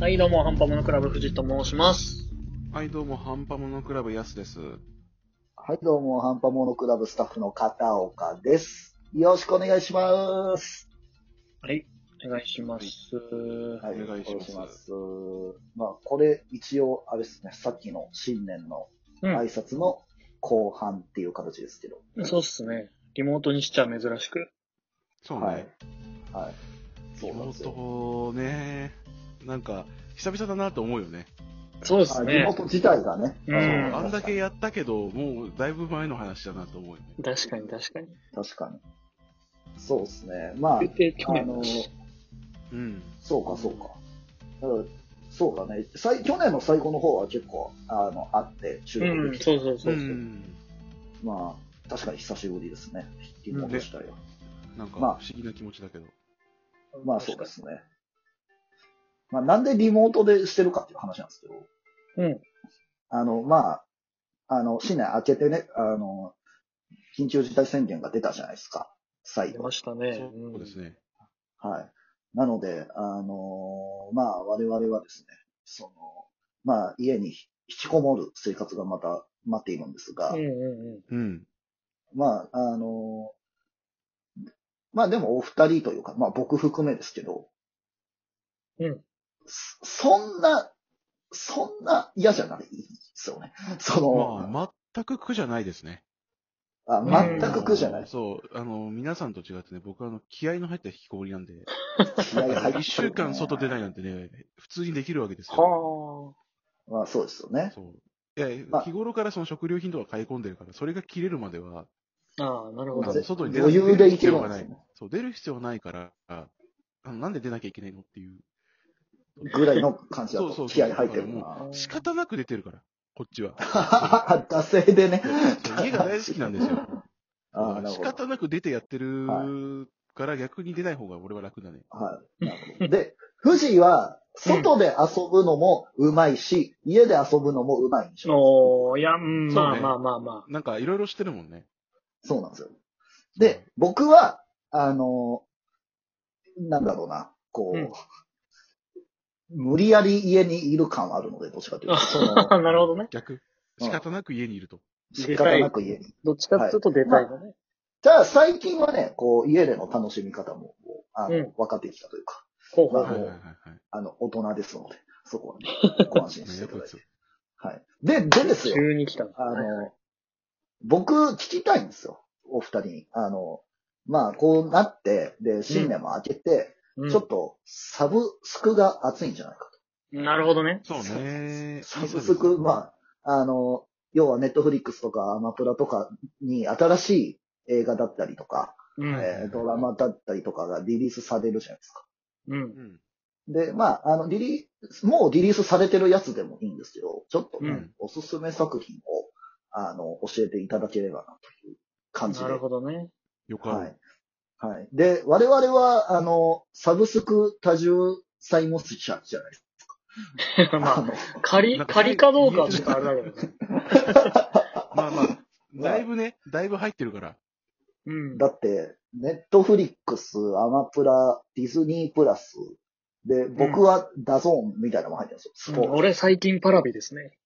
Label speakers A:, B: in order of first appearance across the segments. A: はい、どうも、ハンパモノクラブ、藤井と申します。
B: はい、どうも、ハンパモノクラブ、やすです。
C: はい、どうも、ハンパモノクラブスタッフの片岡です。よろしくお願いします。
A: はい、お願いします。
C: は
B: お願いします
C: お願いしますまあ、これ、一応、あれですね、さっきの新年の
A: うん
C: 挨拶の後半っていう形ですけど。
A: そうっすね。リモートにしちゃ珍しく。
B: そうね。
C: はい。はい。
B: リ
C: そうなん
B: モ
C: です
B: ー
C: よ。
B: トね、なんか、久々だなと思うよね。
A: そうで
C: あ
A: す
C: リモ
A: ね
C: ー。ト自体がね。
A: うん
C: そう
B: あんだけやったけど、もうだいぶ前の話だなと思うよね。
A: 確かに確かに。
C: 確かに。そうですね。まあ、
A: で去
C: あ
A: 年
C: の、
B: うん。
C: そうか、そうか。だからそうだね。さい去年の最後の方は結構、あの、あって、収
A: う
C: 録
A: ん、
C: できて
A: そうそうそうう。
B: ん。
C: まあ、確かに久しぶりですね。リモートしたよ。
B: なんか、不
C: まあ
B: 思議な気持ちだけど。
C: まあ、そうですね。まあ、なんでリモートでしてるかっていう話なんですけど、
A: うん。
C: あの、まあ、あの、新年明けてね、あの、緊急事態宣言が出たじゃないですか。再
A: 出
C: 度。
A: ましたね。
B: そうですね。
C: はい。なので、あのまあ、我々はですね、その、まあ、家に引きこもる生活がまた待っているんですが、
A: うんうんうん。
B: うん。
C: まあ、あのまあでもお二人というか、まあ僕含めですけど、
A: うん
C: そ。そんな、そんな嫌じゃないですよね。 その、
B: まあ、全く苦じゃないですね。
C: あ
A: うん
C: 全く苦じゃな
B: うん
C: い。
B: そう、あの、皆さんと違ってね、僕はあの、気合の入った引きこもりなんで、
C: 気合い入ってる
B: 一週間外出ないなんてね、普通にできるわけですよ。
A: は
C: まあそうですよね。
B: そう。いや、
C: まあ
B: 日頃からその食料品とか買い込んでるから、それが切れるまでは、
A: あ。ああ、なるほど
B: あの
C: ぜ。
B: 外に出な
C: 余裕でいけ
B: 出る必
C: る
B: 要
C: ん
B: が
C: で
B: な
C: す
B: い
C: よ。ね。
B: そう、出る必要ないから、あのなんで出なきゃいけないのっていう。
C: ぐらいの感じだ
B: そうそ
C: と
B: うそう
C: 気合い入ってる
B: だ
C: な。
B: 仕方なく出てるから、こっち は。
C: 惰性でね。
B: そう家が大好きなんですよ。
C: ああ、なる
B: 仕
C: ほど。
B: 方なく出てやってる
C: は
B: から逆に出ない方が俺は楽だね。
C: はい。なるほどで、富士は、外で遊ぶのもうまいし、家で遊ぶのもうまいんでしょ。
A: おー、いや、うん
B: そう
A: まあ
B: ね
A: まあまあま
B: なんかいろいろしてるもんね。
C: そうなんですよ。で、僕は、あの、なんだろうな、こう、
A: うん
C: 無理やり家にいる感はあるので、どっちかというと、その
A: あ。な るほどね。
B: 逆。
C: うん
B: 仕方なく家にいると。
C: 仕方なく家に。
A: どっちかっていうと出たいのね。
C: じゃあ最近はね、こう、家での楽しみ方も、こうあの、
A: うん
C: 分かってきたというか、
A: ほうほう
C: まあ
A: ほ。
B: はいはいうはいはい。
C: あの、大人ですので、そこは、ね、ご安心し
B: ね
C: て
B: よ く
C: いただい
B: です
C: て
B: よ。
C: はい。で、でですよ。
A: 急に来た。
C: あ
A: はいはい
C: の、僕聞きたいんですよ。お二人に。あの、まあ、こうなって、で、新年も明けて、
A: うん
C: ちょっと、サブスクが熱いんじゃないか
A: なるほどね。
B: そうね。
C: と。サブスク、まあ、あの、要はネットフリックスとかアマプラとかに新しい映画だったりとか、
A: うん。
C: えードラマだったりとかがリリースされるじゃないですか。
A: うん
B: う。ん。
C: で、まあ、あの、リリース、もうリリースされてるやつでもいいんですけど、ちょっとね、
A: うん
C: おすすめ作品を、あの、教えていただければな、という感じで。
A: なるほどね。
B: よくある
C: はい。はい。で、我々は、あの、サブスク多重債務者じゃないですか。
A: まあ、
C: の、
A: 仮、仮かどうかはちょっとあれだけどね。
B: まあま あ、だいぶね、だいぶ入ってるから。
A: うん。
C: だって、ネットフリックス、アマプラ、ディズニープラス、で、僕はダゾーンみたいなのも入ってるんですよ。スポ
A: うん
C: ーツ。
A: 俺最近パラビですね。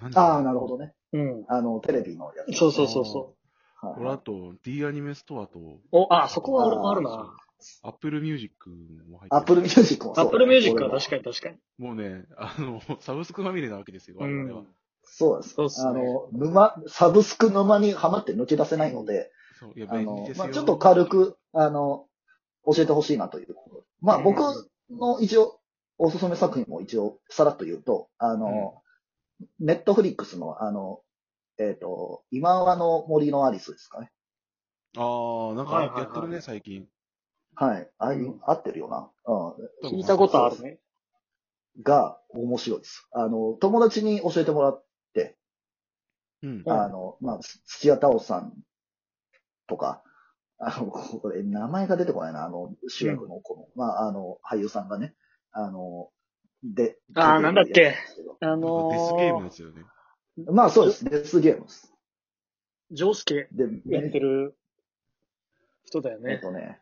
B: なんだ
C: ああ、なるほどね。
A: うん。
C: あの、テレビのやつ。
A: そうそうそうそ
C: はい
B: 俺あと、D アニメストアと、
A: う。お、あ、そこは俺もあるな。
B: アップルミュージックも入ってる。
C: アップルミュージックもそ
A: ア
C: うだ
A: ッ
C: ね。
A: プルミュージックは確
C: か
A: かに確かに。
B: もうね、あの、サブスクまみれなわけですよ、
A: う
B: 我々は。
A: ん。
C: そうです。
A: そうっすね
C: あの、沼、サブスク沼にはまって抜け出せないので、
B: そう、いや、
C: あ
B: 便利
C: の
B: で、すよ。
C: まあ、ちょっと軽く、あの、教えてほしいなということ。まあ、僕の一応、おすすめ作品も一応、さらっと言うと、あの、ネットフリックスの、あの、えっ、と、今はの森のアリスですかね。
B: ああ、なん
A: はいはいは
B: か
A: い
B: やってるね、最近。
C: はい。あ、
A: うん
C: 合ってるよな。う
A: 聞いたことあるね。
C: ん。が、面白いです。あの、友達に教えてもらって、
B: うん。
A: うん
C: あの、まあ、つ土屋太鳳さんとか、あの、これ、名前が出てこないな、あの、主役のこの、まあ、あの、俳優さんがね、あの、で、
A: あーなんだっけあ
B: なんかデスゲーム
A: の
B: ですよね。
C: まあ、そうです。デスゲームです。
A: ー、ジョースケ
C: で、
A: やって
C: る
A: る人だよ
C: えっ
A: ね。
C: とね、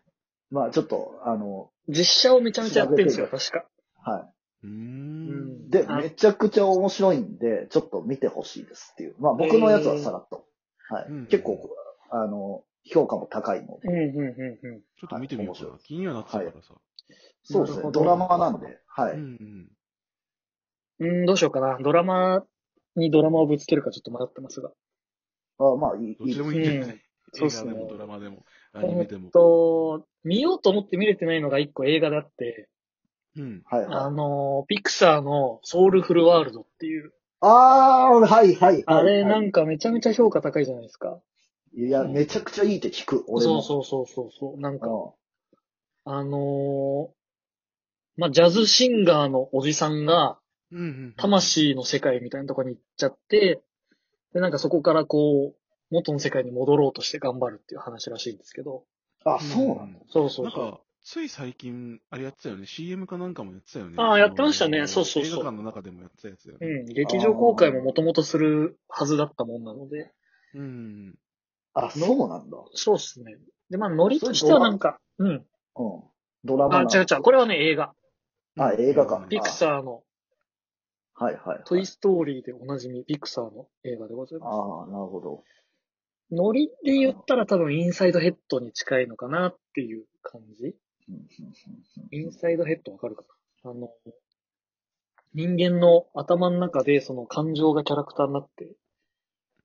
C: まあ、ちょっと、あの、
A: 実写をめちゃめちゃやってるんですよ、確か。
C: は
B: う
A: う
B: ー。
A: んん。
C: で、
A: あ
C: めちゃくちゃ面白いんで、ちょっと見てほしいですっていう。まあ僕のやつはさらっと。はい、
B: うん
C: 結構、あの、評価も高いの
A: うん
C: で。
A: うんうんうん。
B: ちょっと見てみようか
C: は。
B: ない気にはなってたからさ。
C: そ
A: な
C: うです
A: るほ
C: ね。
A: ど
C: ドラマなんで。は
B: う
C: い。
B: んうん。
A: うん、どうしようかな。ドラマにドラマをぶつけるかちょっと迷ってますが。
C: あまあいい
B: どっ
C: いい
B: ちで
C: です。
B: もいいんじゃない
A: そう
B: 映
A: っす
B: 画
A: ね
B: でもドラマでも、アニ
A: え
B: メ
A: っ
B: でも。
A: と、見ようと思って見れてないのが一個映画であって、
B: うん。
C: はいはい。
A: あの、ピクサーのソウルフルワールドっていう、
C: あー、はいはい。
A: あれな
C: か。
A: んかめちゃめちゃ評価高いじゃないですか。
C: いや、めちゃくちゃいいって聞く、俺
A: そ
C: も。
A: うそうそうそうそう。なんか、
C: うん
A: あのーまあ、ジャズシンガーのおじさんが、
B: うんうん。
A: 魂の世界みたいなとこに行っちゃって、で、なんかそこからこう、元の世界に戻ろうとして頑張るっていう話らしいんですけど。
C: あ、そうなんだ。
A: そうそう
B: なん
A: そう。
B: か、つい最近、あれやってたよね。CM かなんかもやってたよね。
A: あーやってましたね
B: あの
A: そうそうそう
B: 映画館の中でもやってたやつだよ
A: う
B: ね。
A: ん、劇場公開ももともとするはずだったもんなので。
B: うん。
C: あ、そうなんだ。
A: そうっすね。で、まあ、ノリとしてはなんか、うん。
C: うん。ドラマ
A: あ
C: な、ん
A: 違う
C: だ。
A: 違う。これはね、映画。
C: あ映画館
A: ピクサーの
C: はいはいはい。
A: トイストーリーでおなじみ、ピクサーの映画でござい
C: あ
A: ます。
C: あ、なるほど。
A: ノリで言ったら多分インサイドヘッドに近いのかなっていう感じ。
C: うんうん
A: インサイドヘッドわかるかなあの、人間の頭の中でその感情がキャラクターになって、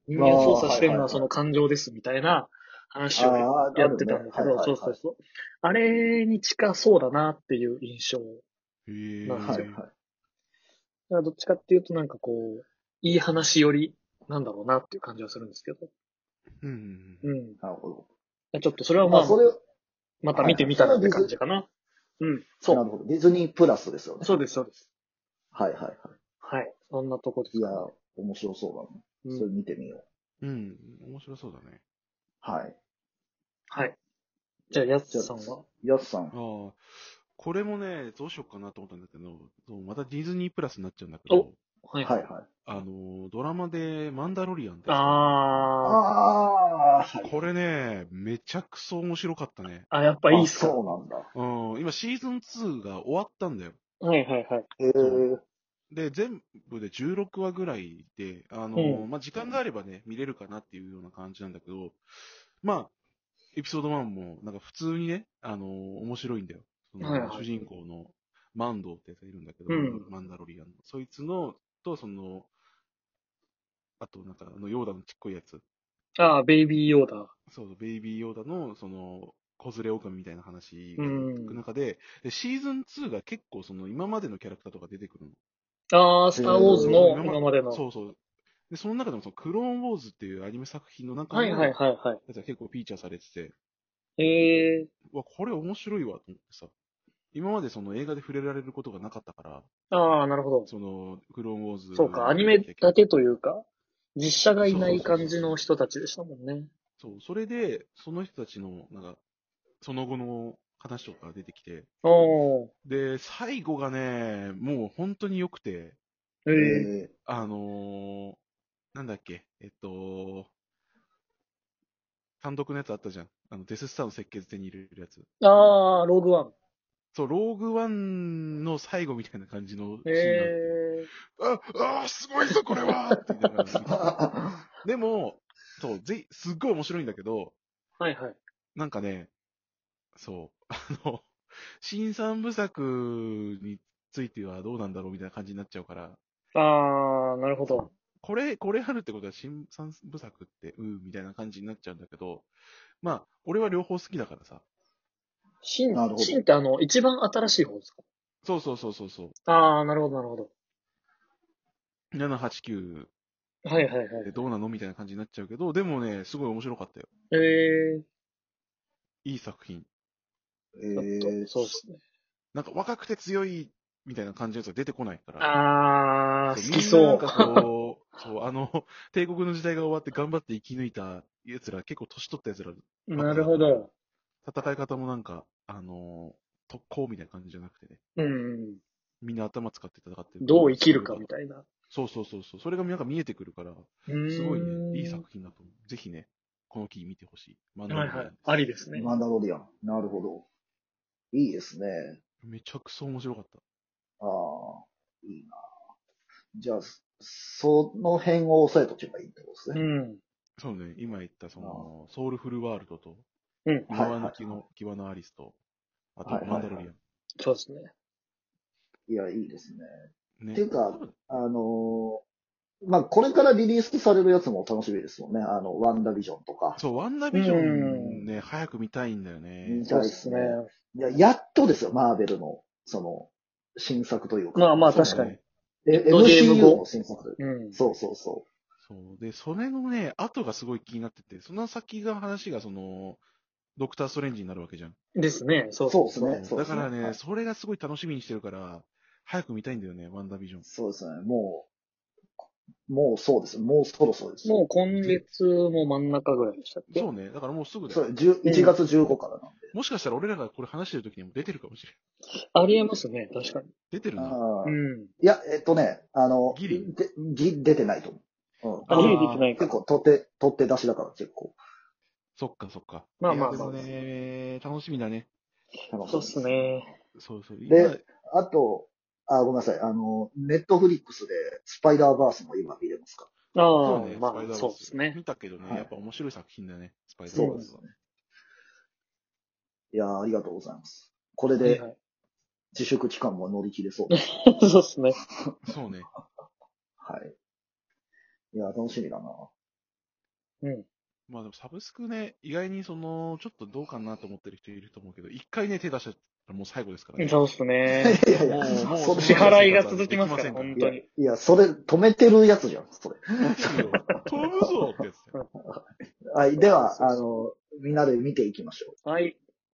A: 人間操作してるのはその感情ですみたいな話を
C: あー
A: やってたんだけ
C: あ
A: ど、
C: るねはいはいはい
A: そうそうそう。あれに近そうだなっていう印象。
B: へえ。
A: なん
C: う
A: で
C: んは
A: す
C: い
A: よ
C: はい。
A: だからどっちかっていうとなんかこう、いい話より、なんだろうなっていう感じはするんですけど。
B: うんうんうん。
A: うん。
C: なるほど。
A: ちょっとそれはま
C: ま
A: あ
C: あ、、それ、
A: また見てみたらって感じかな。うん。そ
C: そ。
A: う
C: なるほど。ディズニープラスですよね。
A: そうです、そうです。
C: はいはいは
A: はい。そんなとこで
C: い。
A: す
C: い
A: か
C: や
A: ね、、
C: 面白そうだ
A: う
C: ね。
A: ん
C: それ見てみよう。
B: うん。面白そうだね。
C: はい。
A: はい。じゃあ、やつさんは
C: やすさん。
B: ああ。これもね、どうしようかなと思ったんだけど、そうまたディズニープラスになっちゃうんだけど、
A: は。
C: はいいはい。
B: あの、ドラマでマンダロリアンってや
A: あ
C: ああ
B: つ、これね、めちゃくそ面白かったね。
A: ー。あ、やっぱいいっ
C: あ
A: すか。
C: そ
A: は
C: うなんだ。
B: うん、今シーズン2が終わったんだよ。
A: いはいはい。
C: へえ。
B: で、全部で16話ぐらいで、あの
A: う
B: まあ、時間があればね、見れるかなっていうような感じなんだけど、まあ、エピソード1も、なんか普通にね、あの面白いんだよ。その
A: はいはい
B: 主人公のマンドーってやつがいるんだけど、
A: うん
B: マンダロリアンの。そいつの、と、その、あと、なんか、あの、ヨーダのちっこいやつ。
A: あー、ベイビーヨーダー。
B: そう、ベイビーヨーダの、その、子連れ狼みたいな話が
A: う
B: 出て
A: ん
B: く中で、で、シーズン2が結構その、今までのキャラクターとか出てくるの。
A: あー、スターウォーズの
B: うん
A: 今までの。
B: そうそう。で、その中でもその、クローンウォーズっていうアニメ作品の中の
A: はいはい
B: や
A: はいは
B: つが結構フィーチャーされてて、
A: い。えー。
B: うわ、これ面白いわと思ってさ、今までその映画で触れられることがなかったから、
A: あー、なるほど。
B: その、クローンウォーズ。
A: そうか、アニメだけというか、実写がいない感じの人たちでしたもんね。
B: そう、それで、その人たちの、なんか、その後の話とかが出てきて、
A: おー。
B: で、最後がね、もう本当に良くて、
A: えー、
C: へえ。
B: あのー、なんだっけ、えっと、単独のやつあったじゃん。あの、デススターの設計図手に入れるやつ。
A: あー、ローグワン。
B: そう、ローグワンの最後みたいな感じのシーンがあって
A: え
B: あ、あー、すごいぞ、これはって言いながらでも、そう、ぜひ、すっごい面白いんだけど、
A: ー。はいはい。
B: なんかね、そう、 あの、新三部作についてはどうなんだろうみたいな感じになっちゃうから、
A: あー、なるほど。
B: これ、これあるってことは新三部作って、うん、みたいな感じになっちゃうんだけど、まあ、俺は両方好きだからさ。
A: シン
C: なるほ、ど
A: シンってあの、一番新しい方ですか
B: そうそうそうそうそう。
A: あー、なるほどなるほど。
B: 7、8、
A: はいはいはい
B: 9で。どうなのみたいな感じになっちゃうけど、でもね、すごい面白かったよ。
A: ええ
B: いい作品。
C: え
A: ー、ちょっ
C: え。
A: とそうですね。
B: なんか若くて強い、みたいな感じのやつが出てこないから。
A: あー、
B: そう
A: 好きそ
B: みん
A: う
B: な。なんかこう、 そう、あの、帝国の時代が終わって頑張って生き抜いた奴ら、結構年取った奴ら、
A: なるほど。
B: 戦い方もなんか、あの、特攻みたいな感じじゃなくてね。
A: うんうん。
B: みんな頭使って戦ってる。
A: どう生きるかみたいな。
B: そうそうそうそう。それがなんか見えてくるから、
A: うーん
B: すごいね、いい作品だと思う。ぜひね、この木見てほしい。マンダ
A: はい
B: ロリアン
A: はい。ありですね。
C: マンダロリアン。なるほど。いいですね。
B: めちゃくそ面白かった。
C: ああ、いいな。じゃあ、その辺を押さえとけばいいってことです
A: う
C: ね。
A: ん。
B: そうね、今言ったその、ソウルフルワールドと、
A: うん。
C: はい
B: 今抜きのキワのアリスと、あと
C: はいはいは
B: マ
C: い
B: ンダロリアン。
A: そうですね。
C: いや、いいですね。
B: ね
C: っていうか
B: 多分
C: あのーまあ、これからリリースされるやつも楽しみですよね。あの、ワンダビジョンとか。
B: そう、ワンダビジョ
A: うん
B: ンね、早く見たいんだよね
C: 見。
A: そ
C: た
A: う
C: い
A: で
C: ですす
A: ね
C: ね。いや、やっとですよ、マーベルの、その、新作というか。
A: まあまあ
C: その
A: 確かに。
C: え
A: ドゲーム
C: MCU
A: 後
C: の新作。
A: うん。
C: そうそうそ。
B: そう。で、それのね、後がすごい気になってて、その先が話がその、ドクター・ストレンジになるわけじゃん。
A: ですね。そううそ
C: そううですね。そう
B: だ
C: で
B: か
C: すね
B: らね、
C: はい
B: それがすごい楽しみにしてるから、早く見たいんだよね、ワンダービジョン。
C: そうですね。もう、もうそうです。もうそろそろです。
A: もう今月も真ん中ぐらいでしたっけ
B: そうね、だからもうすぐだ
C: そ
B: よ
C: う、。10 1月15からなんで。
B: もしかしたら俺らがこれ話してる時にも出てるかもしれん。
A: ありえますね。確かに。
B: 出てるな。
C: あ
A: う
C: ー
A: ん。
C: いや、えっとね、あの、
B: ギリ
C: でギ出てないと思う。
A: あ、
B: ー
A: 家
C: うん、
A: できてないか
C: 結。構取って、取って出しだから結構
B: そっかそっか。
A: まあ
B: いや
A: まあ
B: で
A: まあ
B: もね、楽しみだね。
C: 楽し
A: そう
C: み
A: っ
C: です
A: す。ね。
B: そうそう。
C: であと、あ、ごめんなさい。あの、ネットフリックスでスパイダーバースも今見れますか
A: あ
B: そ
A: あ、
B: うね、
A: ま
B: スパ
A: あ、
B: イダーバース
A: そうですね。
B: 見たけどね、
C: はい
B: やっぱ面白い作品だね、スパイダー
C: そ
B: バ
C: う
B: ー
C: で
B: ス
C: す
B: は。
C: ね。いやーありがとうございます。これ
A: はい
C: で
A: はい
C: 自粛期間も乗り切れそうです。
A: そうですね。
B: そうね。
C: はい。いやー楽しみだな。
A: うん。
B: まあでもサブスクね、意外にその、ちょっとどうかなと思ってる人いると思うけど、一回ね、手出しちゃったらもう最後ですからね。
A: そうですね。
C: いやい
B: も
C: や、
B: うもう
C: そんな
A: 支払いが続きますから、
B: できません
A: 本
B: か
A: 当に。
C: いや、それ止めてるやつじゃん、それ。
B: 飛ぶよ飛ぶぞってやつだよ。
C: はい、では、
A: そうそう
C: あの、みんなで見ていきましょう。
A: はい。